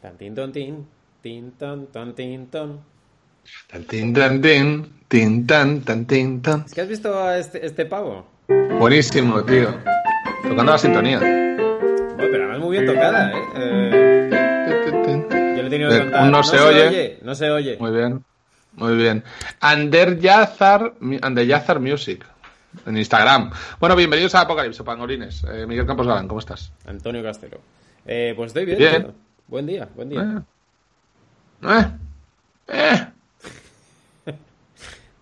Tantín, tontín, tin, ton, ton, tin, ton. Tantín, tantín, tin, tan, tantín, tan. Es que has visto a este, este pavo. Buenísimo, tío. Tocando la sintonía. Bueno, pero además muy bien tocada, ¿eh? Eh, yo le he tenido que Eh, contar. un no se oye. No se oye. Muy bien, muy bien. Ander Yazar, Ander Yazar Music, en Instagram. Bueno, bienvenidos a Apocalipsis, pangolines. Eh, Miguel Campos Galán, ¿cómo estás? Antonio Castelo. Eh, pues estoy bien. Bien. tío. Buen día, buen día. Eh. Eh. Eh.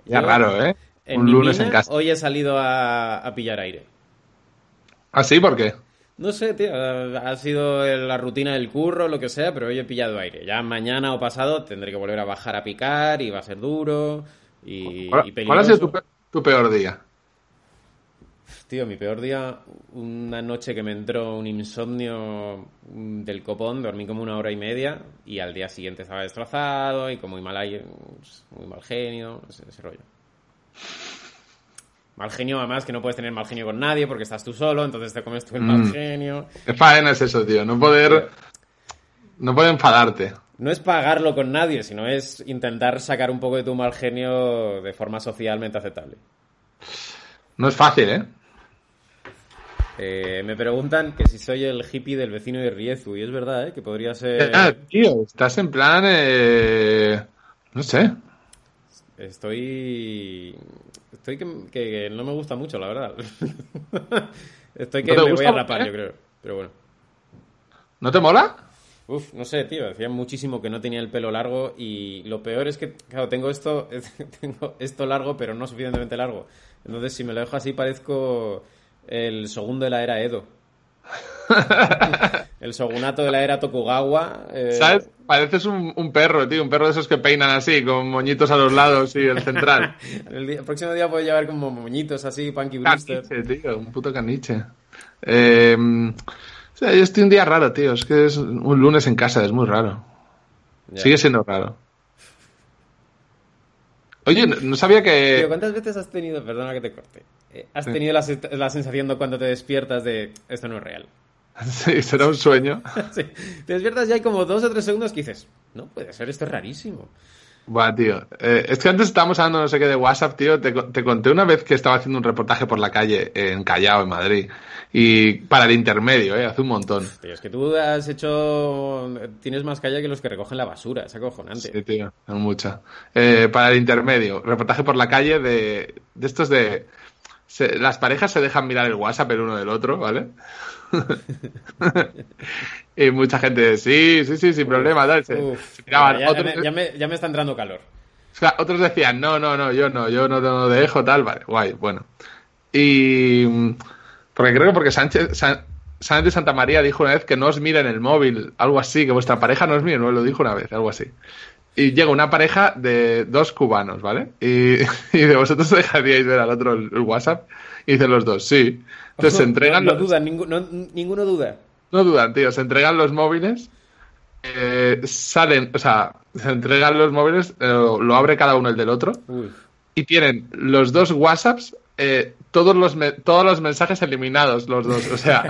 Ya Yo, raro, ¿eh? En Un mi lunes mina, en casa. Hoy he salido a, a pillar aire. ¿Ah, sí? ¿Por qué? No sé, tío, ha sido la rutina del curro, lo que sea, pero hoy he pillado aire. Ya mañana o pasado tendré que volver a bajar a picar y va a ser duro y, ¿Cuál, y cuál peligroso. ha sido tu pe- tu peor día? Tío, mi peor día, una noche que me entró un insomnio mm, del copón, dormí como una hora y media y al día siguiente estaba destrozado y con muy mal aire, pues, muy mal genio, ese, ese rollo. Mal genio, además, que no puedes tener mal genio con nadie porque estás tú solo, entonces te comes tú el mal Mm. genio. Qué faena es eso, tío. No poder. No poder enfadarte. No es pagarlo con nadie, sino es intentar sacar un poco de tu mal genio de forma socialmente aceptable. No es fácil, ¿eh? Eh, me preguntan que si soy el hippie del vecino de Riezu, y es verdad, ¿eh? que podría ser... Ah, tío, estás en plan. eh, No sé. Estoy. Estoy que, que- que no me gusta mucho, la verdad. Estoy que ¿No te me voy gusta? a rapar, ¿Eh? yo creo. Pero bueno. ¿No te mola? Uf, no sé, tío. Decía muchísimo que no tenía el pelo largo y lo peor es que, claro, tengo esto, tengo esto largo, pero no suficientemente largo. Entonces, si me lo dejo así, parezco el segundo de la era Edo. el shogunato de la era Tokugawa. eh, ¿Sabes? Pareces un, un perro, tío. Un perro de esos que peinan así, con moñitos a los lados y el central. El, día- el próximo día puedo llevar como moñitos así, punky Ah, brewster. caniche, tío. Un puto caniche. Eh, o sea, yo estoy un día raro, tío. Es que es un lunes en casa, es muy raro. Ya. Sigue siendo raro. Oye, no, no sabía que. Tío, ¿cuántas veces has tenido, perdona que te corte, eh, has tenido la, se- la sensación de cuando te despiertas de esto no es real? Sí, será un sueño. Sí. Te despiertas y hay como dos o tres segundos que dices, no puede ser, esto es rarísimo. Buah, tío. Eh, es que antes estábamos hablando no sé qué de WhatsApp, tío. Te, co- te conté una vez que estaba haciendo un reportaje por la calle eh, en Callao, en Madrid. Y para el intermedio, eh, hace un montón. Tío, es que tú has hecho, tienes más calle que los que recogen la basura, es acojonante. Sí, tío, no mucha. Eh, para el intermedio, reportaje por la calle de, de estos de... se- las parejas se dejan mirar el WhatsApp el uno del otro, ¿vale? y mucha gente, sí, sí, sí, sin problema, tal. Se, Uf, se miraban. ya, ya Otros- me, ya me- ya me está entrando calor. O sea, otros decían, no, no, no, yo no, yo no, no dejo, tal, vale, guay, bueno. Y. mm, Porque creo que porque Sánchez, San- Sánchez Santa María dijo una vez que no os miren el móvil, algo así, que vuestra pareja no os mire, no lo dijo una vez, algo así. Y llega una pareja de dos cubanos, ¿vale? Y, y de vosotros dejaríais ver al otro el, el WhatsApp. Y dicen los dos, sí. Entonces se entregan No, los- dudan, ninguno, ninguno duda. no dudan, tío. Se entregan los móviles. eh, salen, o sea, se entregan los móviles, eh, lo abre cada uno el del otro. Uf. Y tienen los dos WhatsApps, eh, todos, los me- todos los mensajes eliminados, los dos. O sea,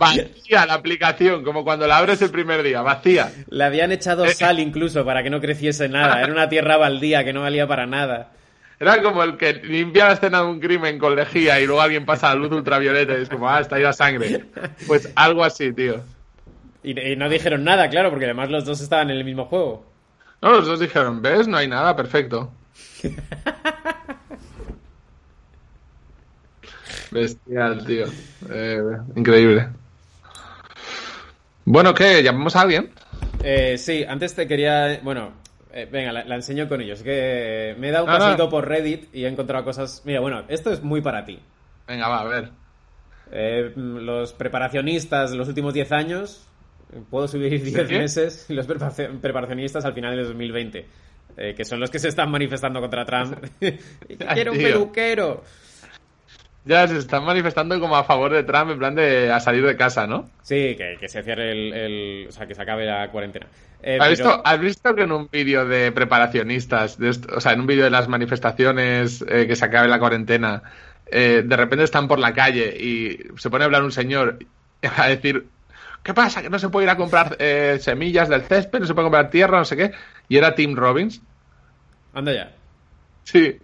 vacía la aplicación, como cuando la abres el primer día, vacía. Le habían echado Eh, sal incluso para que no creciese nada. Era una tierra baldía que no valía para nada. Era como el que limpia la escena de un crimen con lejía y luego alguien pasa la luz ultravioleta y es como, ah, está ahí la sangre. Pues algo así, tío. Y, y no dijeron nada, claro, porque además los dos estaban en el mismo juego. No, los dos dijeron, ¿ves? No hay nada, perfecto. Bestial, tío. Eh, increíble. Bueno, ¿qué? ¿Llamamos a alguien? Eh, sí, antes te quería. Bueno, eh, venga, la, la enseño con ellos. Que me he dado un Ah, no. paseito por Reddit y he encontrado cosas. Mira, bueno, esto es muy para ti. Venga, va, a ver. Eh, los preparacionistas de los últimos 10 años. Puedo subir 10 ¿Sí? meses. y Los preparaci- preparacionistas al final de 2020. eh, que son los que se están manifestando contra Trump. Y que Ay, quiero un tío. peluquero. Ya se están manifestando como a favor de Trump, en plan de a salir de casa, ¿no? Sí, que, que se cierre el, el- O sea, que se acabe la cuarentena. Eh, ¿Has pero- visto, has visto que en un vídeo de preparacionistas, de est- o sea, en un vídeo de las manifestaciones eh, que se acabe la cuarentena, eh, de repente están por la calle y se pone a hablar un señor a decir ¿qué pasa? Que no se puede ir a comprar eh, semillas del césped, no se puede comprar tierra, no sé qué. Y era Tim Robbins. Anda ya. Sí.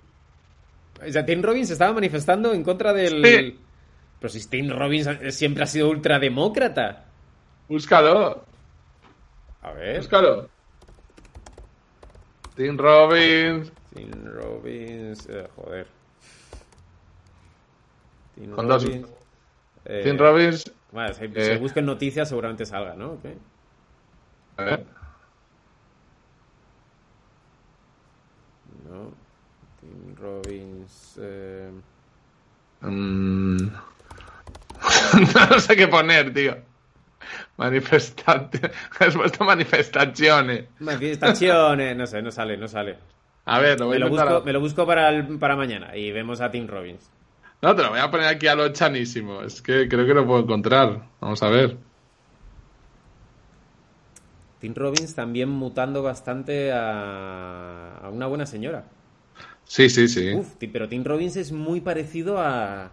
O sea, Tim Robbins estaba manifestando en contra del... Sí. Pero si Tim Robbins siempre ha sido ultrademócrata. Búscalo, A ver. búscalo. Tim Robbins. Tim Robbins... eh, joder. Tim Con dos. eh, Tim Robbins. Bueno, si, Eh. si buscan noticias seguramente salga, ¿no? ¿O qué? A ver. No. Tim Robbins. eh, Mm. no sé qué poner, tío. Manifestante. Has puesto manifestaciones. Manifestaciones. eh, No sé, no sale, no sale. A ver, lo voy Me a lo intentar busco, a- me lo busco para, el- para mañana y vemos a Tim Robbins. No, te lo voy a poner aquí a lo chanísimo. Es que creo que lo puedo encontrar. Vamos a ver. Tim Robbins también mutando bastante a, a una buena señora. Sí, sí, sí. Uf, ti- pero Tim Robbins es muy parecido a.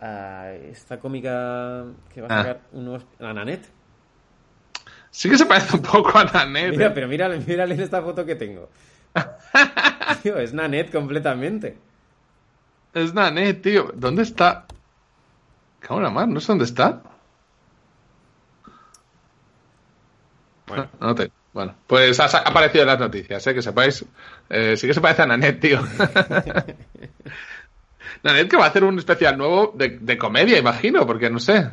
a esta cómica que va a Ah. sacar unos. a Nanette. Sí que se parece un poco a Nanette. Mira, pero mírale, mírale en esta foto que tengo. Tío, es Nanette completamente. Es Nanette, tío. ¿Dónde está? Cago en la mar, no sé dónde está. Bueno. Ah, No te- Bueno, pues ha sa- ha aparecido en las noticias, ¿eh? que sepáis. Eh, sí que se parece a Nanette, tío. Nanette que va a hacer un especial nuevo de, de comedia, imagino, porque no sé.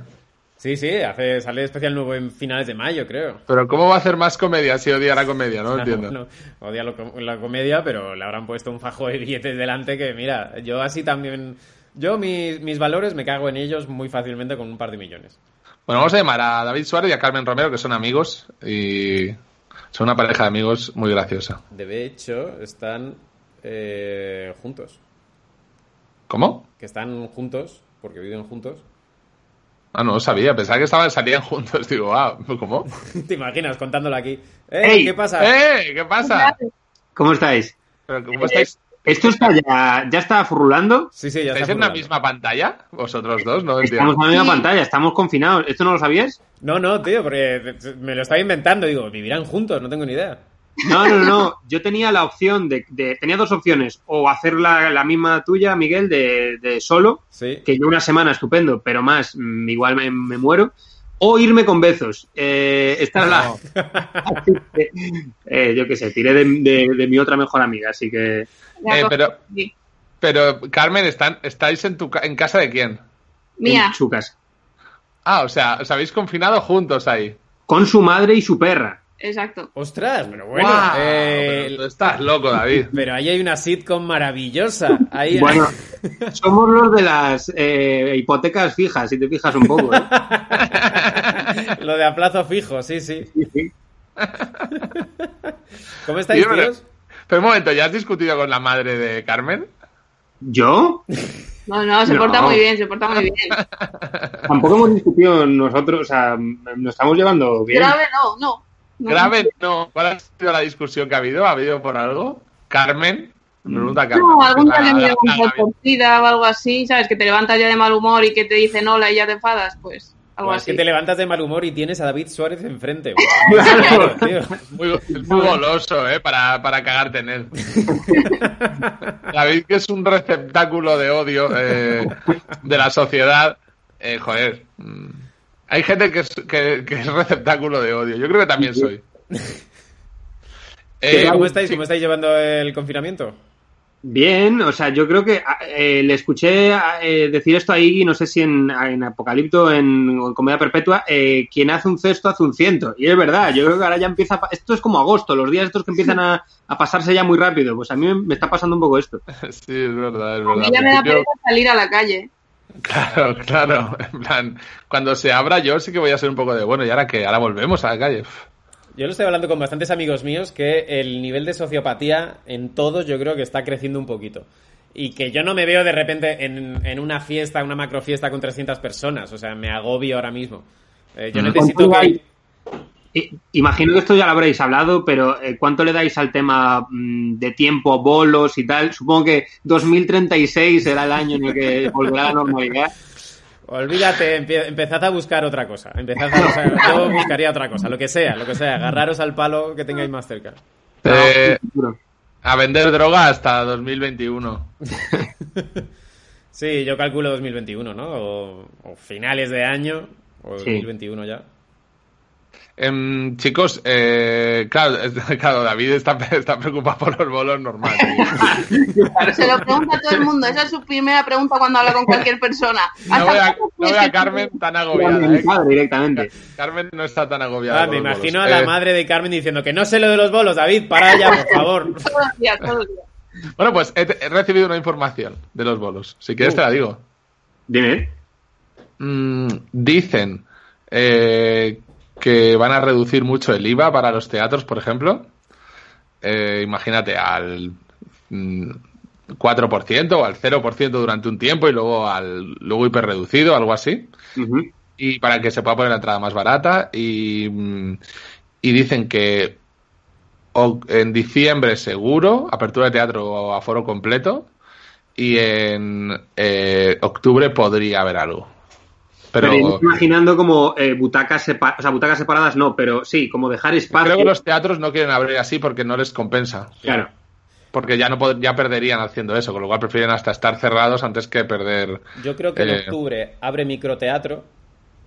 Sí, sí, hace, sale especial nuevo en finales de mayo, creo. Pero ¿cómo va a hacer más comedia si odia la comedia? No lo entiendo. Bueno, odia lo com- la comedia, pero le habrán puesto un fajo de billetes delante que, mira, yo así también... Yo mis, mis valores me cago en ellos muy fácilmente con un par de millones. Bueno, vamos a llamar a David Suárez y a Carmen Romero, que son amigos y son una pareja de amigos muy graciosa. De hecho, están eh, juntos. ¿Cómo? Que están juntos, porque viven juntos. Ah, no, sabía, pensaba que estaban, salían juntos. Digo, ah, ¿cómo? ¿Te imaginas contándolo aquí? ¡Eh, ¡Ey! qué pasa! ¡Eh! ¿Qué pasa? ¿Cómo estáis? ¿Pero cómo estáis? ¿Esto está ya, ya está furulando? Sí, sí, ya ¿Estáis está en la funcionando. misma pantalla? Vosotros dos, no Estamos entiendo. en la misma pantalla, estamos confinados. ¿Esto no lo sabías? No, no, tío, porque me lo estaba inventando. Digo, vivirán juntos, no tengo ni idea. No, no, no. Yo tenía la opción de. de- tenía dos opciones. O hacer la, la misma tuya, Miguel, de, de solo, Sí. que yo una semana estupendo, pero más, mm, igual me, me muero. O irme con bezos. Eh, esta era la. Así que, eh, yo qué sé, tiré de, de- de mi otra mejor amiga, así que. Eh, pero, pero, Carmen, están, ¿estáis en, tu, ca- en casa de quién? Mía, Chucas. Ah, o sea, os habéis confinado juntos ahí. Con su madre y su perra. exacto. ¡Ostras! Pero bueno, ¡Guau! eh, Pero tú estás loco, David. Pero ahí hay una sitcom maravillosa. Ahí, Bueno, somos los de las eh, hipotecas fijas, si te fijas un poco. ¿eh? lo de a plazo fijo, sí, sí. ¿Cómo estáis, Tío, pero- tíos? Pero un momento, ¿ya has discutido con la madre de Carmen? ¿Yo? No, no, se No. porta muy bien, se porta muy bien. Tampoco hemos discutido nosotros, o sea, nos estamos llevando bien. Grave no, no. No. Grave, no. ¿Cuál ha sido la discusión que ha habido? ¿Ha habido por algo? ¿Carmen? Me pregunta Carmen. No, algún día le Ah, miro ah, un David. torcida o algo así, ¿sabes? Que te levantas ya de mal humor y que te dicen hola y ya te enfadas, pues algo Buah, es así. que te levantas de mal humor y tienes a David Suárez enfrente. Buah, claro, tío. Es muy, es muy goloso, ¿eh? Para, para cagarte en él. David, que es un receptáculo de odio eh, de la sociedad. Eh, joder. mm. Hay gente que es, que- que es receptáculo de odio. Yo creo que también soy. Eh, Eh, ¿Cómo estáis? ¿Cómo estáis llevando el confinamiento? Bien, o sea, yo creo que eh, le escuché eh, decir esto ahí, no sé si en, en Apocalipto en, o en Comedia Perpetua, eh, quien hace un cesto hace un ciento. Y es verdad, yo creo que ahora ya empieza, a pa- esto es como agosto, los días estos que empiezan a, a pasarse ya muy rápido, pues a mí me está pasando un poco esto. Sí, es verdad, es A mí verdad. ya me da Yo- pereza salir a la calle. Claro, claro. En plan, cuando se abra yo sí que voy a ser un poco de bueno. ¿Y ahora que Ahora volvemos a la calle. Uf. Yo lo estoy hablando con bastantes amigos míos que el nivel de sociopatía en todos yo creo que está creciendo un poquito. Y que yo no me veo de repente en, en una fiesta, una macrofiesta con 300 personas. O sea, me agobio ahora mismo. Eh, yo Mm. necesito ¿Cuánto que... hay? I- Imagino que esto ya lo habréis hablado, pero eh, ¿cuánto le dais al tema mm, de tiempo, bolos y tal? Supongo que 2036 será el año en el que volverá a la normalidad. Olvídate, empe- empezad a buscar otra cosa. Empezad a buscar, yo buscaría otra cosa, lo que sea, lo que sea. Agarraros al palo que tengáis más cerca. Eh, Seguro. a vender droga hasta 2021. Sí, yo calculo 2021, ¿no? O, o finales de año, o Sí. 2021 ya. Em, chicos, eh, claro, es- claro, David está, está preocupado por los bolos normales. Se lo pregunta a todo el mundo. Esa es su primera pregunta cuando habla con cualquier persona. No Hasta veo a, cuándo no veo a Carmen tan Bueno, agobiada. mi eh. padre directamente. Carmen no está tan agobiada. Ah, me con los imagino a bolos. la Eh, madre de Carmen diciendo que no sé lo de los bolos, David, para ya, por favor. Todos los días, todos los días. Bueno, pues he, he recibido una información de los bolos. Si quieres, te la digo. Dime. Mm, dicen eh, que van a reducir mucho el IVA para los teatros, por ejemplo. Eh, imagínate al mm, 4% o al 0% durante un tiempo y luego al luego hiperreducido, algo así. Ujú. Y para que se pueda poner la entrada más barata. Y, mm, y dicen que o- en diciembre seguro, apertura de teatro o aforo completo. Y en eh, octubre podría haber algo. Pero, Pero, yo estoy imaginando como eh, butacas separadas, o sea, butacas separadas no, pero sí, como dejar espacio. creo que los teatros no quieren abrir así porque no les compensa. Claro. Porque ya no pod- ya perderían haciendo eso, con lo cual prefieren hasta estar cerrados antes que perder. Yo creo que en Eh. octubre abre microteatro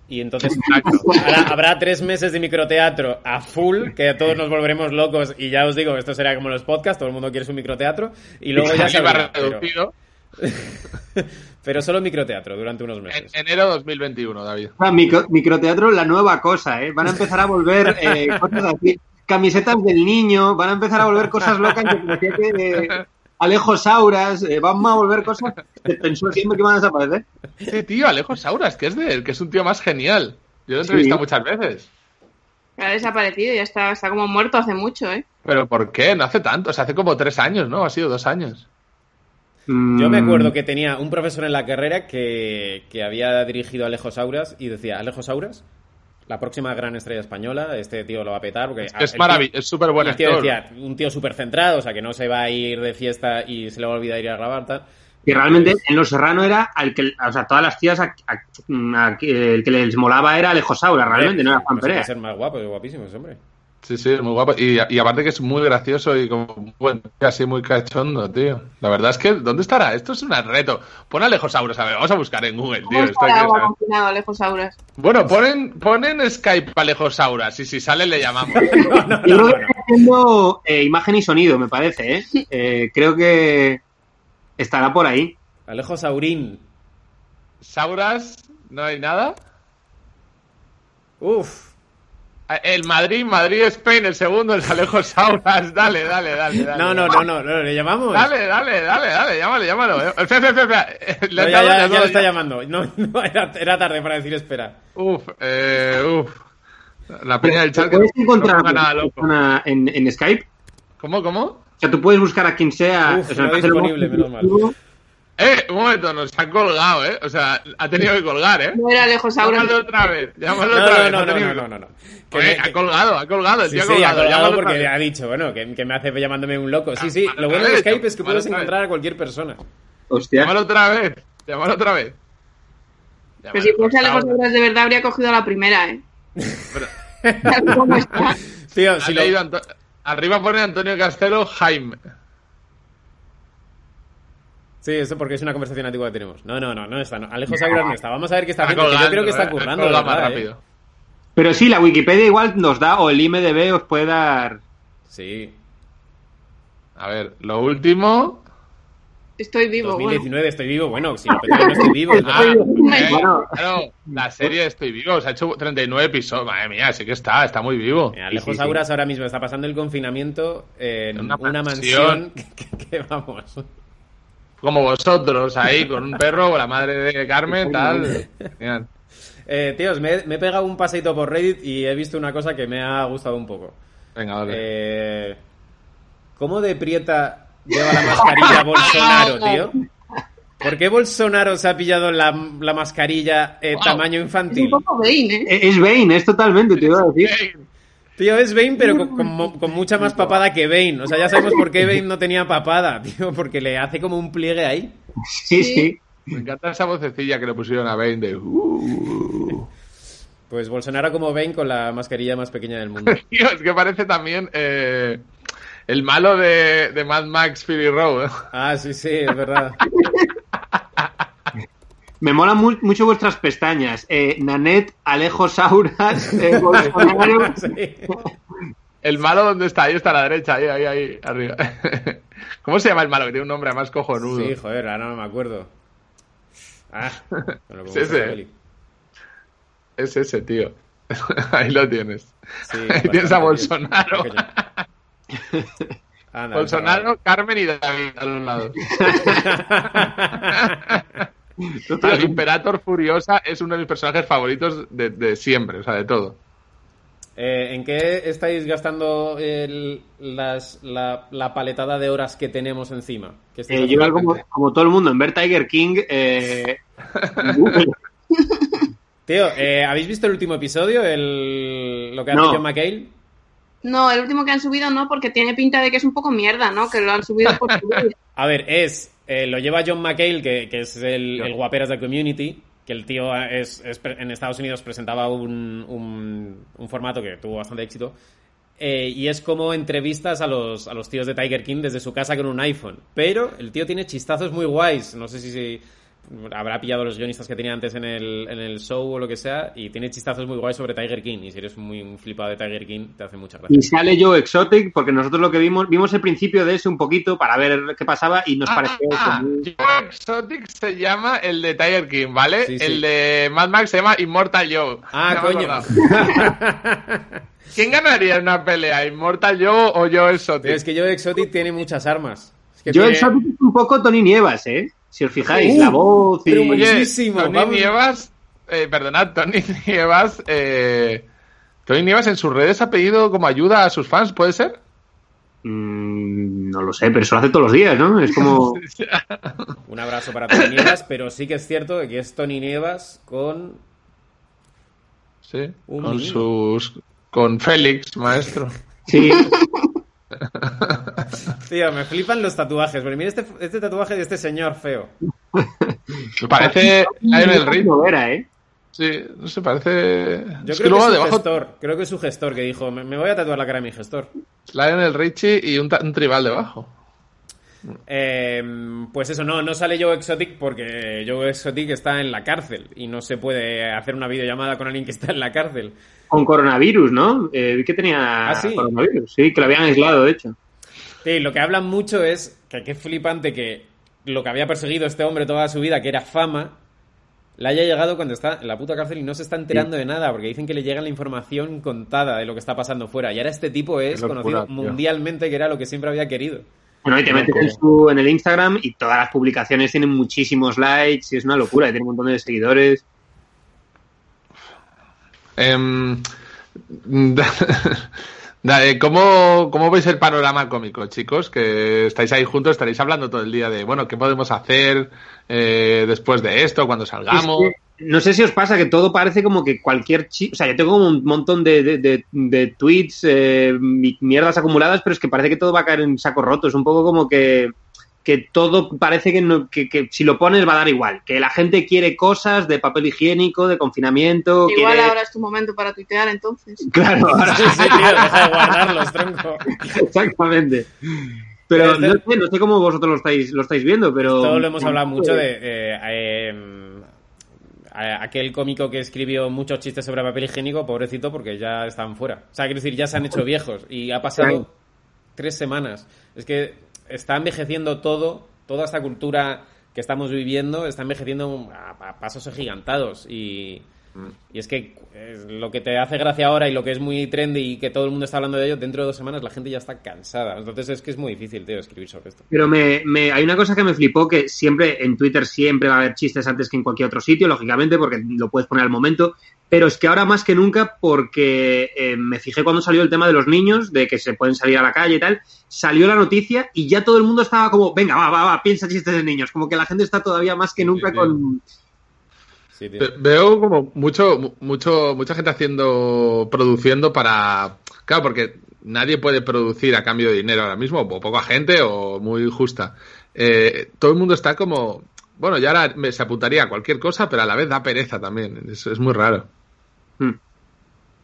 y entonces Exacto. habrá, habrá tres meses de microteatro a full, que todos nos volveremos locos y ya os digo, esto será como los podcasts, todo el mundo quiere su microteatro y luego Pues ya El se IVA abrirá, pero, reducido pero solo microteatro durante unos meses. en enero 2021, David. Ah, micro- microteatro, la nueva cosa, ¿eh? Van a empezar a volver eh, cosas así. Camisetas del niño, van a empezar a volver cosas locas que parecía que eh, Alejo Sauras, eh, van a volver cosas que pensó siempre que iban a desaparecer. Este tío, Alejo Sauras, que es de él, que es un tío más genial. Yo lo he entrevistado Sí. muchas veces. Ha desaparecido, ya está, está como muerto hace mucho, ¿eh? ¿Pero por qué? No hace tanto, o sea, hace como tres años, ¿no? Ha sido dos años. Mm, Yo me acuerdo que tenía un profesor en la carrera que, que había dirigido a Alejos Auras y decía, Alejos Auras, la próxima gran estrella española, este tío lo va a petar. Porque Es el tío- maravilloso, es súper buen Y el tío actor. decía, un tío súper centrado, o sea, que no se va a ir de fiesta y se le va a olvidar ir a grabar, tal. Que realmente en Los Serrano era al que, o sea, todas las tías a- a- a- que- el que les molaba era Alejo Sauras, realmente, no era Juan Pues hay que Perea. ser más guapo, es guapísimo ese hombre. Sí, sí, es muy guapo. Y, y aparte que es muy gracioso y como muy buen tío, así muy cachondo, tío. La verdad es que, ¿dónde estará? Esto es un reto. Pon Alejo Sauras, a ver, vamos a buscar en Google, tío. ¿Cómo esto hay está que ahora saber. confinado Alejo Sauras? Bueno, ponen, ponen Skype Alejo Sauras y si sale le llamamos. Yo creo que está haciendo eh, imagen y sonido, me parece, ¿eh? Eh, Creo que estará por ahí. Alejo Saurín. Sauras, no hay nada. Uf. Ah, El Madrid, Madrid Spain, el segundo es Alejo Sauras. Dale, dale, dale. dale. No, no, no, no, no, le llamamos. Dale, dale, dale, dale, llámalo, llámalo. eh. Espera, espera, espera. Eh, le No, he ya, dado- ya, le he ya dado lo está ya. llamando. No, no, era, era tarde para decir espera. Uf, eh, uf. La peña del chat que puedes no- encontrar no ponga nada loco. persona en, en Skype. ¿Cómo, cómo? O sea, tú puedes buscar a quien sea. Uf, o no sea, me parece lo más disponible, menos mal. intuitivo. Eh, un momento, nos han colgado, eh. O sea, ha tenido que colgar, eh. No era Alejo Sauras. Llámalo otra vez, llámalo No, otra no, vez. no, ha no, tenido no, que- no, no, no. Que Oye, me- ha colgado, ha colgado, el Sí, tío sí, ha colgado llámalo otra porque vez. ha dicho, bueno, que, que me hace llamándome un loco. Sí, sí, Ah, lo bueno de vale, Skype es que vale, puedes vale. encontrar a cualquier persona. Hostia. Llámalo otra vez. Llámalo otra vez. Que Pues si fuese Alejo Llámalo. Sauras de verdad habría cogido la primera, ¿eh? Pero- Tal como está. Tío, ha si lo- leído Anto- Arriba pone Antonio Castelo Jaime. Sí, eso porque es una conversación antigua que tenemos. No, no, no, no está. no. Alejo Sauras no está. Vamos a ver qué está Ha haciendo. que Yo creo que colgado, está eh, currando. ha de colgado más verdad, ¿eh? rápido. Pero sí, la Wikipedia igual nos da, o el IMDB os puede dar. Sí. A ver, lo último. Estoy vivo, bueno. 2019 estoy vivo. Bueno, si lo petáis no estoy vivo. Ah, entonces- eh, Bueno. claro, la serie Estoy Vivo. Se ha hecho 39 episodios. Madre mía, sí que está, está muy vivo. Mira, Eh, Alejo Sí, sí, sí. Sauras ahora mismo está pasando el confinamiento en una, Una mansión mansión. que, que- que vamos. Como vosotros, ahí, con un perro, con la madre de Carmen, tal. Genial. Eh, tíos, me, me he pegado un paseito por Reddit y he visto una cosa que me ha gustado un poco. Venga, dale. Eh, ¿Cómo de prieta lleva la mascarilla Bolsonaro, tío? ¿Por qué Bolsonaro se ha pillado la, la mascarilla eh, Wow. tamaño Es infantil? un poco Bane, ¿eh? Eh, Es Bane, es totalmente, te iba a decir. Ey, Tío, es Bane, pero con, con mo- con mucha más papada que Bane. O sea, ya sabemos por qué Bane no tenía papada, tío, porque le hace como un pliegue ahí. Sí, sí. Me encanta esa vocecilla que le pusieron a Bane de... "Uh". Pues Bolsonaro como Bane con la mascarilla más pequeña del mundo. Tío, es que parece también eh, el malo de, de Mad Max Fury Road. Ah, sí, sí, es verdad. Me molan mu- mucho vuestras pestañas. Eh, Nanet, Alejo Sauras, eh, Bolsonaro. Sí. El malo, ¿dónde está? Ahí está a la derecha, ahí, ahí, ahí, arriba. ¿Cómo se llama el malo? Que tiene un nombre además cojonudo. Sí, joder, ahora no me acuerdo. Ah, me lo pongo Es en ese. la peli. Es ese, tío. ahí lo tienes. Sí, Ahí tienes a bastante, Bolsonaro. tío. Anda, Bolsonaro, Carmen y David a los lados. Tío, el Imperator Furiosa es uno de mis personajes favoritos de, de siempre, o sea, de todo. Eh, ¿En qué estáis gastando el- las- la, la paletada de horas que tenemos encima? ¿Qué estáis Eh, yo, haciendo? como, como todo el mundo, en ver Tiger King. eh, Google. Tío, eh, ¿habéis visto el último episodio? El, lo que ha No. dicho John McHale. No, el último que han subido no, porque tiene pinta de que es un poco mierda, ¿no? Que lo han subido por subir. A ver, es. eh, lo lleva John McHale, que, que es el, el guaperas de Community. Que el tío es, es pre- en Estados Unidos presentaba un, un, un formato que tuvo bastante éxito. eh, y es como entrevistas a los, a los tíos de Tiger King desde su casa con un iPhone. Pero el tío tiene chistazos muy guays. No sé si, si habrá pillado a los guionistas que tenía antes en el, en el show o lo que sea. Y tiene chistazos muy guays sobre Tiger King. Y si eres muy un flipado de Tiger King, te hace mucha gracia. Y sale Joe Exotic, porque nosotros lo que vimos, vimos el principio de ese un poquito para ver qué pasaba y nos pareció. Ah, como- Joe Exotic se llama el de Tiger King, ¿vale? Sí, sí. El de Mad Max se llama Immortal Joe. Ah, Ya me he coño. acordado. ¿Quién ganaría en una pelea, Immortal Joe o Joe Exotic? Pero es que Joe Exotic tiene muchas armas. Es que Joe tiene- Exotic es un poco Tony Nievas, ¿eh? Si os fijáis, Sí. la voz y. Pero muy Oye, muchísimo, Tony vamos. Nievas, eh, perdonad, Tony Nievas, eh, Tony Nievas en sus redes ha pedido como ayuda a sus fans, ¿puede ser? Mm, no lo sé, pero eso lo hace todos los días, ¿no? Es como. Un abrazo para Tony Nievas, pero sí que es cierto que es Tony Nievas con. Sí, Un con niño. sus... Con Félix, maestro. Sí, Tío, me flipan los tatuajes. Pero mira este, este tatuaje de este señor feo. Me parece Lionel Rich. Era, ¿eh? Sí, no sé, parece... Yo es que creo que, luego es su debajo gestor. Creo que es su gestor que dijo: Me, me voy a tatuar la cara de mi gestor. Lionel Richie y un, ta- un tribal debajo. Eh, pues eso, no, no sale Joe Exotic porque Joe Exotic está en la cárcel y no se puede hacer una videollamada con alguien que está en la cárcel. Con coronavirus, ¿no? Eh, vi que tenía Ah, sí. coronavirus. Sí, que lo habían aislado, de hecho. Sí, lo que hablan mucho es que qué flipante que lo que había perseguido este hombre toda su vida, que era fama, le haya llegado cuando está en la puta cárcel y no se está enterando de nada, porque dicen que le llega la información contada de lo que está pasando fuera. Y ahora este tipo es Qué locura, conocido tío. mundialmente que era lo que siempre había querido. Bueno, y te metes en, su- en el Instagram y todas las publicaciones tienen muchísimos likes y es una locura. y tiene un montón de seguidores. Em, da- da- eh, ¿Cómo, ¿Cómo veis el panorama cómico, chicos? Que estáis ahí juntos, estaréis hablando todo el día de, bueno, ¿qué podemos hacer eh, después de esto, cuando salgamos? Es que no sé si os pasa que todo parece como que cualquier chico. O sea, yo tengo como un montón de, de, de- de tweets, eh, mi- mierdas acumuladas, pero es que parece que todo va a caer en saco roto. Es un poco como que, que todo parece que, no- que, que si lo pones va a dar igual. Que la gente quiere cosas de papel higiénico, de confinamiento. Igual quiere- ahora es tu momento para tuitear, entonces. Claro, ahora Sí, sí, tío, deja de guardarlos, tronco. exactamente. Pero Este- no sé, no sé cómo vosotros lo estáis, lo estáis viendo, pero. Todo lo hemos hablado mucho de eh, eh, a- aquel cómico que escribió muchos chistes sobre papel higiénico, pobrecito, porque ya están fuera. O sea, quiero decir, ya se han hecho viejos y ha pasado Claro. tres semanas. Es que está envejeciendo todo, toda esta cultura que estamos viviendo está envejeciendo a, a pasos agigantados y... y es que eh, lo que te hace gracia ahora y lo que es muy trendy y que todo el mundo está hablando de ello, dentro de dos semanas la gente ya está cansada. Entonces es que es muy difícil, tío, escribir sobre esto. Pero me, me- hay una cosa que me flipó, que siempre en Twitter siempre va a haber chistes antes que en cualquier otro sitio, lógicamente, porque lo puedes poner al momento. Pero es que ahora más que nunca, porque eh, me fijé cuando salió el tema de los niños, de que se pueden salir a la calle y tal, salió la noticia y ya todo el mundo estaba como, venga, va, va, va, piensa chistes de niños. Como que la gente está todavía más que nunca sí. con... Sí, tío. Ve- Veo como mucho, mu- mucho, mucha gente haciendo, produciendo para, claro, porque nadie puede producir a cambio de dinero ahora mismo, o poca gente, o muy justa. Eh, todo el mundo está como Bueno, ya ahora me- se apuntaría a cualquier cosa, pero a la vez da pereza también. Es, es muy raro.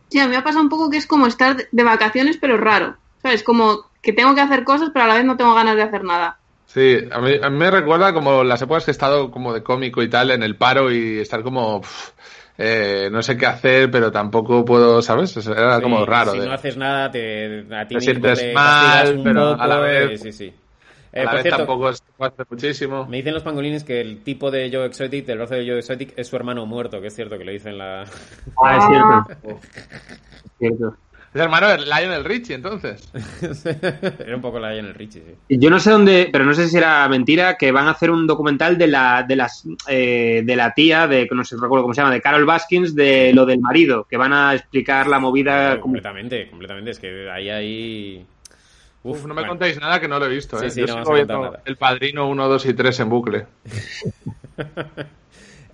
Sí, a mí me ha pasado un poco que es como estar de vacaciones, pero raro. ¿Sabes? Como que tengo que hacer cosas, pero a la vez no tengo ganas de hacer nada. Sí, a mí, a mí me recuerda como las épocas que he estado como de cómico y tal en el paro y estar como... pf, eh, no sé qué hacer, pero tampoco puedo, ¿sabes? O sea, Era como Sí, raro. Si de- no haces nada, te, a ti Te mismo sientes te mal, castigas un pero a poco, la vez- eh, sí, sí. a Eh, la por vez cierto, tampoco es- puedo hacer muchísimo. me dicen los pangolines que el tipo de Joe Exotic, del brazo de Joe Exotic, es su hermano muerto, que es cierto que lo dicen la... Ah, es Ah. cierto. Es cierto. Es hermano de Lionel Richie, entonces. Era un poco la en el Richie, sí. Yo no sé dónde, pero no sé si era mentira, que van a hacer un documental de la, de las, eh, de la tía, de no sé recuerdo cómo se llama, de Carol Baskins, de lo del marido, que van a explicar la Ah, movida. Pero como- completamente, completamente. Es que ahí hay... Uf, no me bueno. contáis nada que no lo he visto. Sí, ¿eh? sí, Yo no vas sigo a contar viendo nada. El Padrino 1, 2 y 3 en bucle.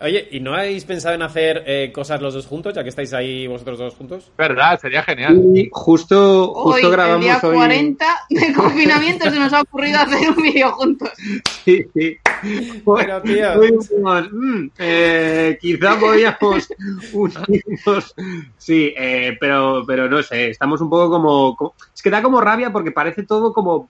Oye, ¿y no habéis pensado en hacer eh, cosas los dos juntos, ya que estáis ahí vosotros dos juntos? Verdad, sería genial. Y justo, Hoy, justo el grabamos día hoy. 40 de confinamiento, se nos ha ocurrido hacer un vídeo juntos. Sí, sí. Pues, Pero, tío. Hoy dijimos, mm, eh, quizá podíamos unirnos. Sí, eh, pero, pero no sé, estamos un poco como, co- Es que da como rabia porque parece todo como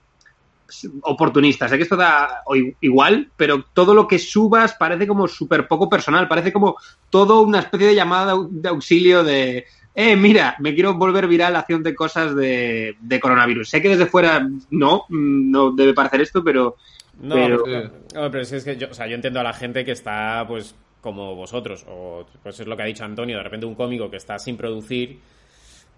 oportunista. Sé que esto da o i- igual, pero todo lo que subas parece como súper poco personal. Parece como todo una especie de llamada de au- de auxilio de. Eh, mira, me quiero volver viral haciendo cosas de, de coronavirus. Sé que desde fuera no, mm, no debe parecer esto, pero No, Pero- pues, no, no, pero si es que yo, o sea, yo entiendo a la gente que está, pues, como vosotros, o pues es lo que ha dicho Antonio, de repente un cómico que está sin producir,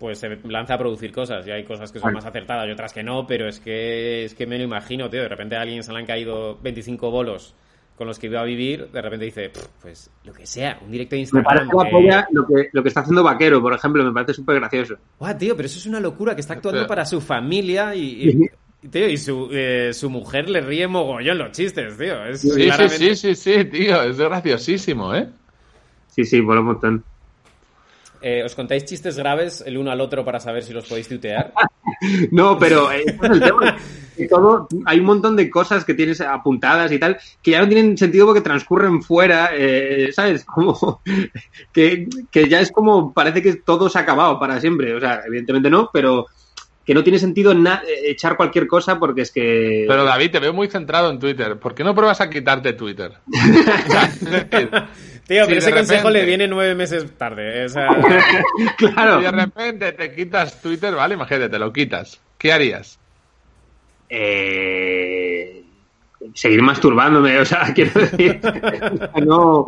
pues se lanza a producir cosas, y hay cosas que son Claro. más acertadas y otras que no, pero es que, es que me lo imagino, tío, de repente a alguien se le han caído 25 bolos con los que iba a vivir, de repente dice, "Pff, pues, lo que sea, un directo de Me Instagram. parece la eh, polla lo que, lo que está haciendo Vaquero, por ejemplo, me parece súper gracioso. Guau, tío, pero eso es una locura que está actuando Espera. para su familia y, y- y, tío, y su, eh, su mujer le ríe mogollón los chistes, tío. Es Sí, sí, claramente- sí, sí, sí, tío. Es graciosísimo, ¿eh? Sí, sí, por un montón. Eh, ¿Os contáis chistes graves el uno al otro para saber si los podéis tutear? No, pero eh, ese es el tema. Y todo, hay un montón de cosas que tienes apuntadas y tal, que ya no tienen sentido porque transcurren fuera, eh, ¿sabes? Como que, que ya es como, parece que todo se ha acabado para siempre. O sea, evidentemente no, pero que no tiene sentido na- eh, echar cualquier cosa porque es que... Pero David, te veo muy centrado en Twitter. ¿Por qué no pruebas a quitarte Twitter? es decir, Tío, pero Sí, de ese consejo repente. le viene nueve meses tarde. eh, O sea, claro. si de repente te quitas Twitter, vale, imagínate, te lo quitas. ¿Qué harías? eh, seguir masturbándome, o sea, quiero decir, no,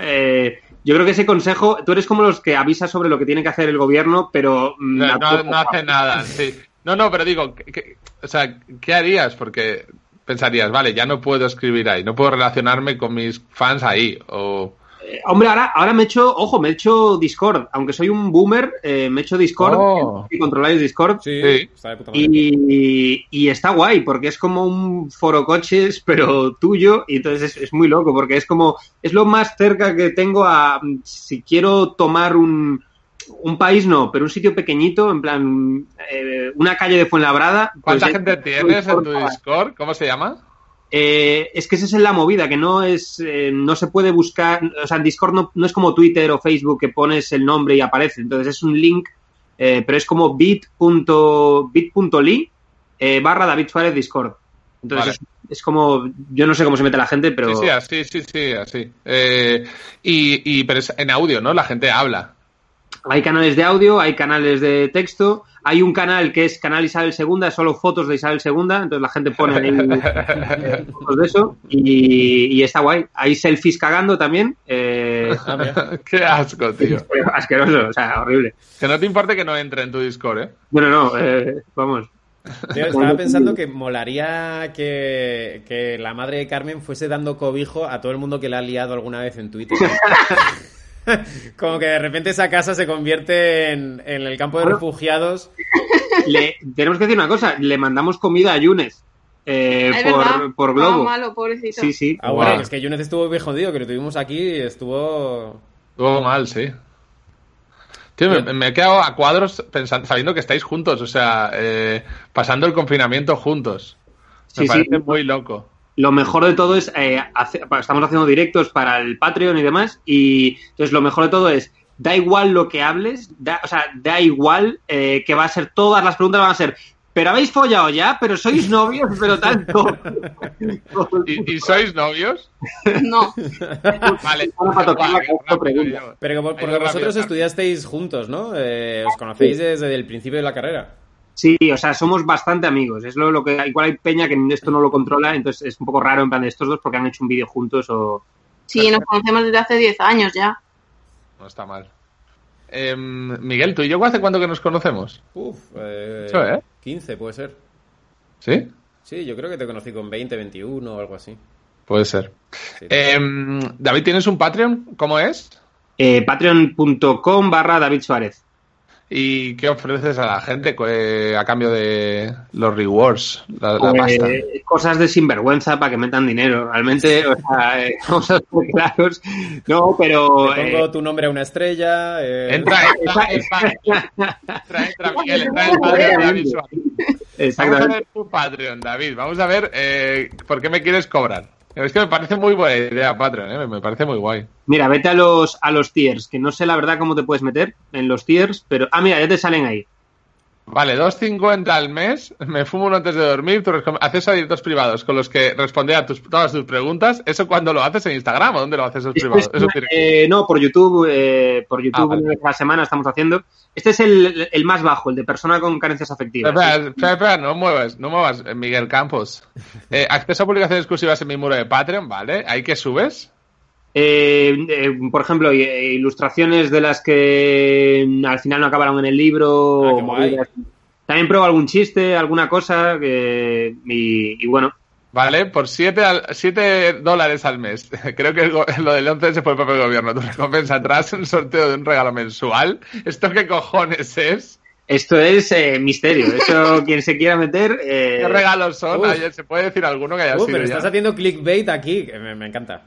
eh, yo creo que ese consejo, tú eres como los que avisa sobre lo que tiene que hacer el gobierno, pero mm, No, no, actúa- no hace nada, sí. No, no, pero digo, ¿qué- qué- o sea, ¿qué harías? Porque pensarías, vale, ya no puedo escribir ahí, no puedo relacionarme con mis fans ahí, o... Eh, hombre, ahora, ahora me he hecho, ojo, me he hecho Discord, aunque soy un boomer, eh, me he hecho Discord, Oh. y controláis Discord. sí, Sí. está de puta madre. Y, y está guay, porque es como un foro coches, pero tuyo, y entonces es, es muy loco, porque es como, es lo más cerca que tengo a, mm, si quiero tomar un, un país, no, pero un sitio pequeñito, en plan, eh, una calle de Fuenlabrada. pues ¿Cuánta ya- gente tienes en tu Discord? ¿Cómo se llama? Eh, es que esa es la movida, que no es, eh, no se puede buscar, o sea, en Discord no, no es como Twitter o Facebook que pones el nombre y aparece, entonces es un link, eh, pero es como bit.ly bit.ly, eh, barra David Suárez Discord. Entonces Vale. es, es como, yo no sé cómo se mete la gente, pero... Sí, sí, así, sí, sí, así. Eh, y, y pero es en audio, ¿no? La gente habla. Hay canales de audio, hay canales de texto, hay un canal que es Canal Isabel II, solo fotos de Isabel II, entonces la gente pone ahí eh, fotos de eso y, y está guay. Hay selfies cagando también, eh, Ah, mira. Qué asco, tío. asqueroso, o sea, horrible. Que no te importe que no entre en tu Discord, ¿eh? Bueno, no, eh, vamos. Tío, estaba pensando que molaría que, que la madre de Carmen fuese dando cobijo a todo el mundo que la ha liado alguna vez en Twitter. Como que de repente esa casa se convierte en, en el campo de Bueno. refugiados. Le, tenemos que decir una cosa, le mandamos comida a Yunes eh, Es verdad. por, por Ah, Globo. malo, pobrecito. Sí, sí. Ah, bueno, Guau. es que Yunes estuvo bien jodido, que lo tuvimos aquí y estuvo... Estuvo mal, sí. Tío, me, me he quedado a cuadros pensando, sabiendo que estáis juntos, o sea, eh, pasando el confinamiento juntos. Me Sí, sí. parece muy loco. lo mejor de todo es, eh, hace- estamos haciendo directos para el Patreon y demás, y entonces lo mejor de todo es, da igual lo que hables, da, o sea, da igual eh, que va a ser, todas las preguntas van a ser, pero habéis follado ya, pero sois novios, pero tanto. ¿Y, y sois novios? No, Vale. Ahora para tocar la Vale, cuarta rápido, pregunta. rápido. Pero como- porque rápido, vosotros rápido. estudiasteis juntos, ¿no? Eh, os conocéis desde el principio de la carrera. Sí, o sea, somos bastante amigos. Es lo, lo que igual hay peña que esto no lo controla, entonces es un poco raro en plan de estos dos porque han hecho un vídeo juntos o sí, nos conocemos desde hace 10 años ya. No está mal. Em, Miguel, ¿tú y yo hace cuánto que nos conocemos? Uf, eh, Eso, ¿eh? 15 puede ser. ¿Sí? Sí, yo creo que te conocí con 20, 21 o algo así. Puede ser. Sí. Em, David, ¿tienes un Patreon? ¿Cómo es? eh, patreon.com barra David Suárez. ¿Y qué ofreces a la gente eh, a cambio de los rewards? La, la Pues, pasta. eh, cosas de sinvergüenza para que metan dinero. Realmente, o sea, eh, vamos a ser claros. No, pero... Te eh, pongo tu nombre a una estrella. eh, Pues, Entra, entra, entra, entra, entra, Miguel, entra en el Patreon, David Suárez. Vamos a exactamente. ver tu Patreon, David. Vamos a ver eh, por qué me quieres cobrar. Es que me parece muy buena idea Patreon, eh, me parece muy guay. Mira, vete a los, a los tiers, que no sé la verdad cómo te puedes meter en los tiers, pero... Ah, mira, ya te salen ahí. Vale, 2.50 al mes, me fumo uno antes de dormir, tu rescom- acceso a directos privados con los que responder a tus, todas tus preguntas. ¿Eso cuando lo haces en Instagram o dónde lo haces esos Esto privados? es Eso una- tiene- eh, no, por YouTube, eh, por YouTube Ah, vale. una vez a la semana estamos haciendo. Este es el, el más bajo, el de persona con carencias afectivas. Espera, espera, espera, no muevas, no muevas, eh, Miguel Campos. Eh, acceso a publicaciones exclusivas en mi muro de Patreon, ¿vale? Ahí que subes. Eh, eh, por ejemplo, i- eh, ilustraciones de las que mm, al final no acabaron en el libro. Ah, o qué guay. movidas. También pruebo algún chiste, alguna cosa, que- y, y bueno. Vale, por 7 siete al- siete dólares al mes. Creo que el go- lo del 11 se fue el papel gobierno. Tu recompensa tras un sorteo de un regalo mensual. ¿Esto qué cojones es? Esto es eh, misterio. Eso, quien se quiera meter. eh, ¿Qué regalos son? Uf. Ayer, ¿Se puede decir alguno que haya uh, sido pero ya? estás haciendo clickbait aquí, que me, me encanta.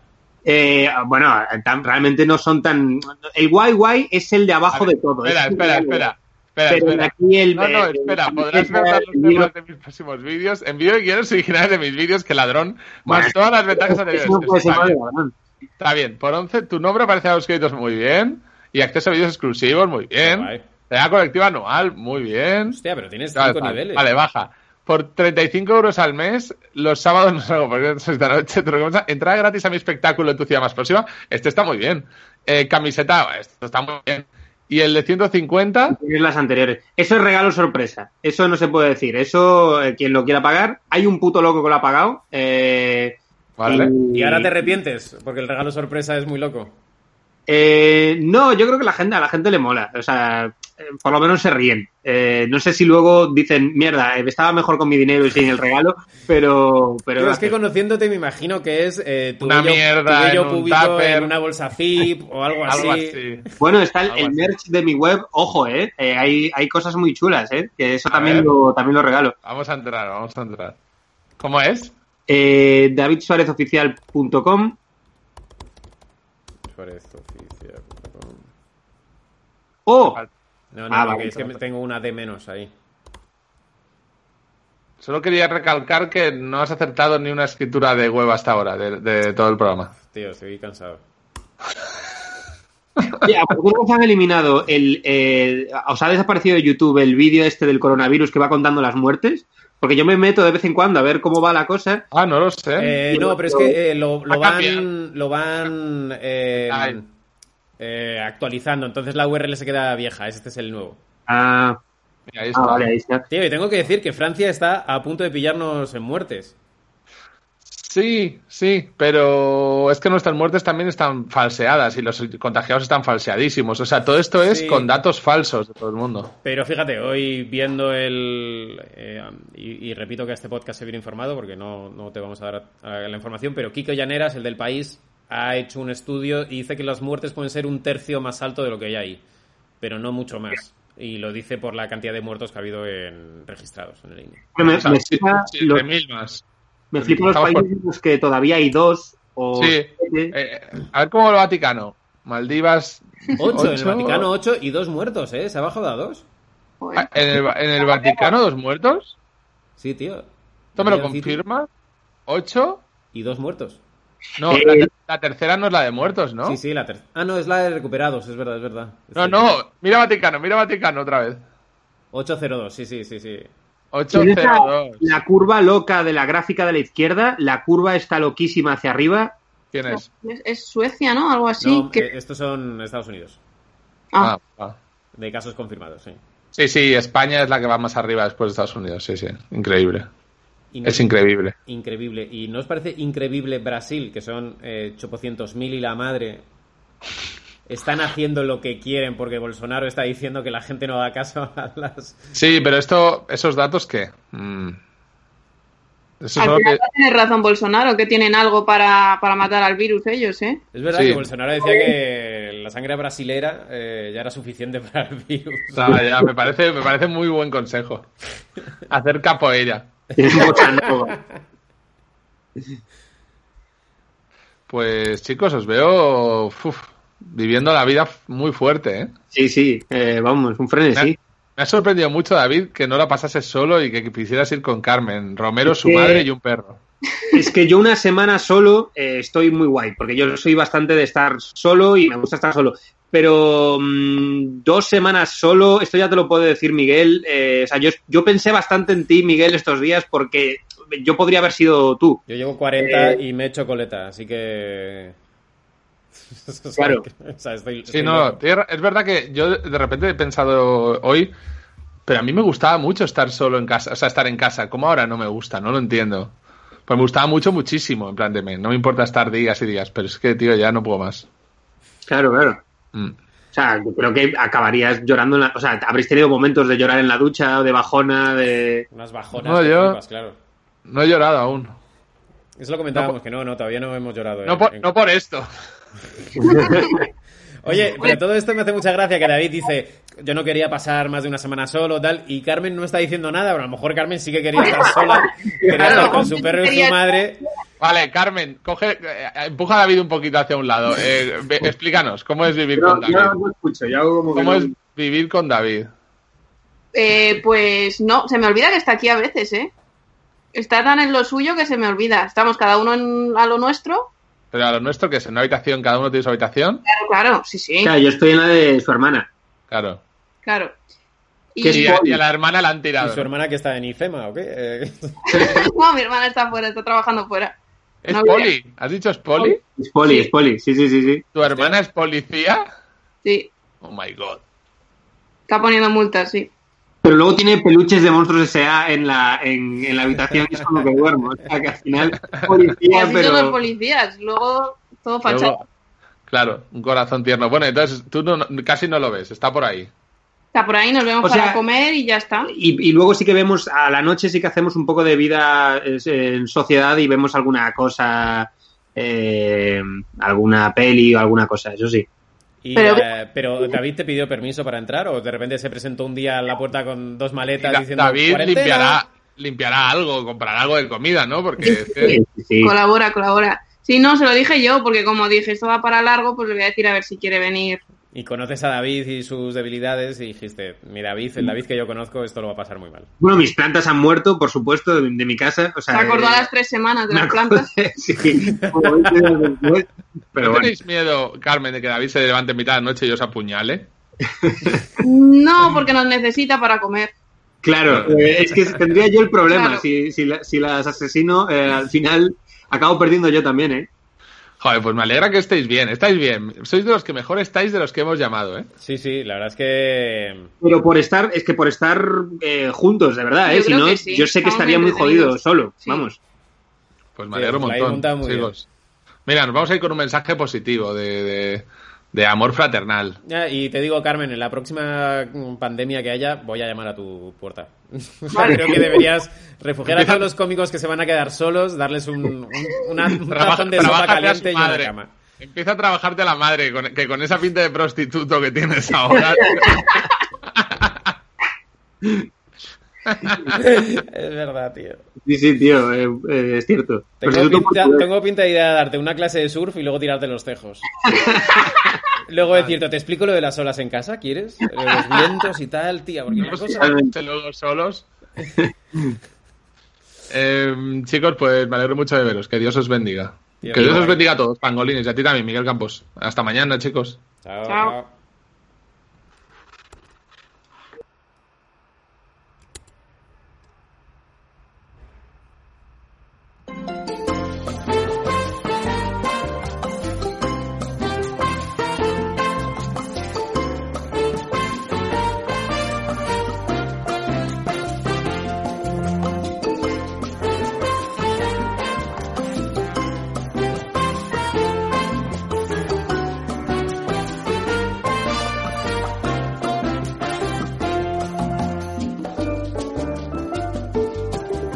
eh, bueno, tan- realmente no son tan. El guay guay es el de abajo Vale, de todo. Espera, Es- espera, espera. Espera, pero espera. aquí el No, no, espera, el- podrás el- ver los el- temas de mis próximos vídeos. Envío y guiones originales de mis vídeos que ladrón, más Bueno, todas las ventajas Eso anteriores. no puede ser Está bien, malo, ¿verdad? está bien. por 11, tu nombre aparece en los créditos muy bien. Y acceso a vídeos exclusivos, muy bien. Guay. Edad colectiva anual, muy bien. Hostia, pero tienes Vale, cinco vale, niveles. Vale, baja. Por 35 euros al mes, los sábados no salgo porque es esta noche. te lo recomiendo. Entrada gratis a mi espectáculo en tu ciudad más próxima. Este está muy bien. Eh, camiseta, esto está muy bien. Y el de 150, Tienes las anteriores. Eso es regalo sorpresa. Eso no se puede decir. Eso, eh, quien lo quiera pagar, hay un puto loco que lo ha pagado. eh, vale. Y ahora te arrepientes, porque el regalo sorpresa es muy loco. eh, no, yo creo que la gente, a la gente le mola. O sea, eh, por lo menos se ríen. Eh, no sé si luego dicen, mierda, eh, estaba mejor con mi dinero y sin el regalo, pero... pero Pero es que conociéndote me imagino que es eh, tu Una vello- tu mierda vello en un púbico tupper. en una bolsa zip o algo pues así. Algo así. Bueno, está el, Algo el así. merch de mi web, ojo, eh, eh, hay, hay cosas muy chulas, eh, que eso A también ver. lo, también lo regalo. Vamos a entrar, vamos a entrar. ¿Cómo es? Eh, davidsuarezoficial.com Suarezoficia.com. o No, no, Ah, porque vale, es que me- tengo una D menos ahí. Solo quería recalcar que no has acertado ni una escritura de web hasta ahora, de, de todo el programa. Tío, estoy cansado. Oye, ¿por qué no os han eliminado el, eh, os ha desaparecido de YouTube el vídeo este del coronavirus que va contando las muertes? Porque yo me meto de vez en cuando a ver cómo va la cosa. Ah, no lo sé. Eh, no, pero es que eh, lo, lo Ha cambiado. van, lo van eh, Ay. eh, actualizando, entonces la URL se queda vieja, este es el nuevo. Ah, Mira, ahí ah, está. vale, ahí está. Tío, y tengo que decir que Francia está a punto de pillarnos en muertes. Sí, sí, pero es que nuestras muertes también están falseadas y los contagiados están falseadísimos. O sea, todo esto es Sí. con datos falsos de todo el mundo. Pero fíjate, hoy viendo el... eh, y, y repito que a este podcast se viene informado porque no, no te vamos a dar a- a la información, pero Kiko Llaneras, el del país, ha hecho un estudio y dice que las muertes pueden ser un tercio más alto de lo que hay ahí, pero no mucho más. Y lo dice por la cantidad de muertos que ha habido en registrados en el INE. Me, O sea, me sí, flipa sí, los, de mil más. me flipan los Estamos países en los que todavía hay dos o Sí. siete. Eh, a ver cómo va el Vaticano. Maldivas. Ocho, en el ocho. Vaticano ocho y dos muertos, ¿eh? Se ha bajado a dos. Joder. Ah, ¿En el, en el Vaticano dos muertos? Sí, tío. ¿Esto me lo Vatican City. confirma? ¿Ocho? y dos muertos. No, Eh, la, ter- la tercera no es la de muertos, ¿no? Sí, sí, la tercera. Ah, no, es la de recuperados, es verdad, es verdad. No, Sí. no, mira Vaticano, mira Vaticano otra vez. 802, sí, sí, sí, sí. Tiene esa- 802. la curva loca de la gráfica de la izquierda, la curva está loquísima hacia arriba. ¿Quién es? Es, es Suecia, ¿no? Algo así. No, que- eh, estos son Estados Unidos, ah, Ah, ah. de casos confirmados, sí. Sí, sí, España es la que va más arriba después de Estados Unidos, sí, sí. Increíble. Y no- Es increíble. increíble. ¿Y no os parece increíble Brasil, que son eh, 800.000 y la madre? Están haciendo lo que quieren porque Bolsonaro está diciendo que la gente no da caso a las... Sí, pero esto, esos datos qué? Mm. Eso es al lo final que... va a tener razón Bolsonaro, que tienen algo para, para matar al virus ellos, ¿eh? Es verdad Sí. que Bolsonaro decía que la sangre brasilera eh, ya era suficiente para el virus. Nada, Ah, ya, me parece, me parece muy buen consejo. Hacer capoeira. Tienes un bossa nova. Pues chicos, os veo uf, viviendo la vida muy fuerte, ¿eh? Sí, sí, eh, vamos, un frenesí. Me ha sorprendido mucho, David, que no la pasases solo y que quisieras ir con Carmen, Romero, su Sí. madre y un perro. Es que yo una semana solo eh, estoy muy guay, porque yo soy bastante de estar solo y me gusta estar solo. Pero mm, dos semanas solo, esto ya te lo puedo decir, Miguel. eh, o sea, yo, yo pensé bastante en ti, Miguel, estos días, porque yo podría haber sido tú. Yo llevo 40 Eh. y me he hecho coleta, así que... O sea, Claro. que- o sea, estoy- Sí, estoy no, loco. tienes ra- es verdad que yo de repente he pensado hoy, pero a mí me gustaba mucho estar solo en casa, o sea, estar en casa. ¿Cómo ahora no me gusta? No lo entiendo. Pues me gustaba mucho, muchísimo, en plan de, me- no me importa estar días y días, pero es que, tío, ya no puedo más. Claro, claro. Mm. O sea, yo creo que acabarías llorando. En la, o sea, habréis tenido momentos de llorar en la ducha, de bajona, de. Unas bajonas No, que yo- flipas, claro. No he llorado aún. Eso lo comentábamos, que no, no, todavía no hemos llorado. No en- por, en- no por esto. Oye, pero todo esto me hace mucha gracia que David dice, yo no quería pasar más de una semana solo, tal, y Carmen no está diciendo nada, pero a lo mejor Carmen sí que quería estar sola, quería estar con su perro y su madre. Vale, Carmen, coge, eh, empuja a David un poquito hacia un lado. Eh, ve- explícanos, ¿cómo es vivir con David? escucho, yo hago como ¿Cómo es vivir con David? Eh, Pues no, se me olvida que está aquí a veces, ¿eh? Está tan en lo suyo que se me olvida. Estamos cada uno en- a lo nuestro. Pero a lo nuestro, que es en una habitación, cada uno tiene su habitación. Claro, claro, sí, sí, yo estoy en la de su hermana. Claro. claro. Y, ¿Qué Y a, y a la hermana la han ¿Y tirado. su hermana que está en IFEMA o qué? Eh, no, mi hermana está fuera, está trabajando fuera. ¿Es No, poli? ¿Has dicho es poli? Es poli, es poli, sí, sí, sí. sí. ¿Tu hermana es policía? Sí, Oh my god. está poniendo multas, sí. Pero luego tiene peluches de monstruos S.A. en la, en, en la habitación y es como que duermo. O sea, que al final, policía, Así son los pero. policías, luego todo fachado. Luego- claro, un corazón tierno. Bueno, entonces tú no- no- casi no lo ves, está por ahí. Está por ahí, nos vemos O sea- para comer y ya está. Y, y luego sí que vemos, a la noche sí que hacemos un poco de vida eh, en sociedad y vemos alguna cosa, eh, alguna peli o alguna cosa, eso sí. y, Pero- eh, pero David te pidió permiso para entrar o de repente se presentó un día a la puerta con dos maletas Da- diciendo... David "Cuarentena". limpiará, limpiará algo, comprará algo de comida, ¿no? Porque es que- Sí, sí, sí. Colabora, colabora. Si no, se lo dije yo, porque como dije, esto va para largo, pues le voy a decir a ver si quiere venir. Y conoces a David y sus debilidades y dijiste, mi David, el David que yo conozco, esto lo va a pasar muy mal. Bueno, mis plantas han muerto, por supuesto, de, de mi casa. O Se sea, acordó eh, a las tres semanas de me las acuerdo- plantas. sí. Como veinte días después. Pero ¿No bueno, tenéis miedo, Carmen, de que David se levante en mitad de la noche y os apuñale? No, porque nos necesita para comer. claro, eh, es que tendría yo el problema. Claro. Si, si, la- si las asesino, eh, al final acabo perdiendo yo también, ¿eh? Joder, pues me alegra que estéis bien, estáis bien. Sois de los que mejor estáis de los que hemos llamado, ¿eh? Sí, sí, la verdad es que... Pero por estar, es que por estar eh, juntos, de verdad, ¿eh? Yo si creo no, que sí, yo sé que estamos estaría muy entretenidos. jodido solo. Sí. Vamos. Pues me Sí, alegro un pues la he montado montón, muy chicos. Mira, nos vamos a ir con un mensaje positivo de, de- de amor fraternal. Ya, y te digo, Carmen, en la próxima mm, pandemia que haya, voy a llamar a tu puerta. Vale. Creo que deberías refugiar a todos los cómicos que se van a quedar solos, darles un, un, una- un Trabaja- tazón de sopa trabájale a su caliente y una madre. cama. Empieza a trabajarte la madre, con- que con esa pinta de prostituto que tienes ahora. es verdad, tío. Sí, sí, tío, eh, eh, es cierto. Pero Tengo si tú pinta, por- tengo pinta de ir a darte una clase de surf y luego tirarte los tejos. Luego decirte, te explico lo de las olas en casa, ¿quieres? Lo de Los vientos y tal, tía, porque una Unos cosa... que luego solos. Eh, chicos, pues me alegro mucho de veros. Que Dios os bendiga. Dios que Dios igual. os bendiga a todos, pangolines. Y a ti también, Miguel Campos. Hasta mañana, chicos. Chao. Chao.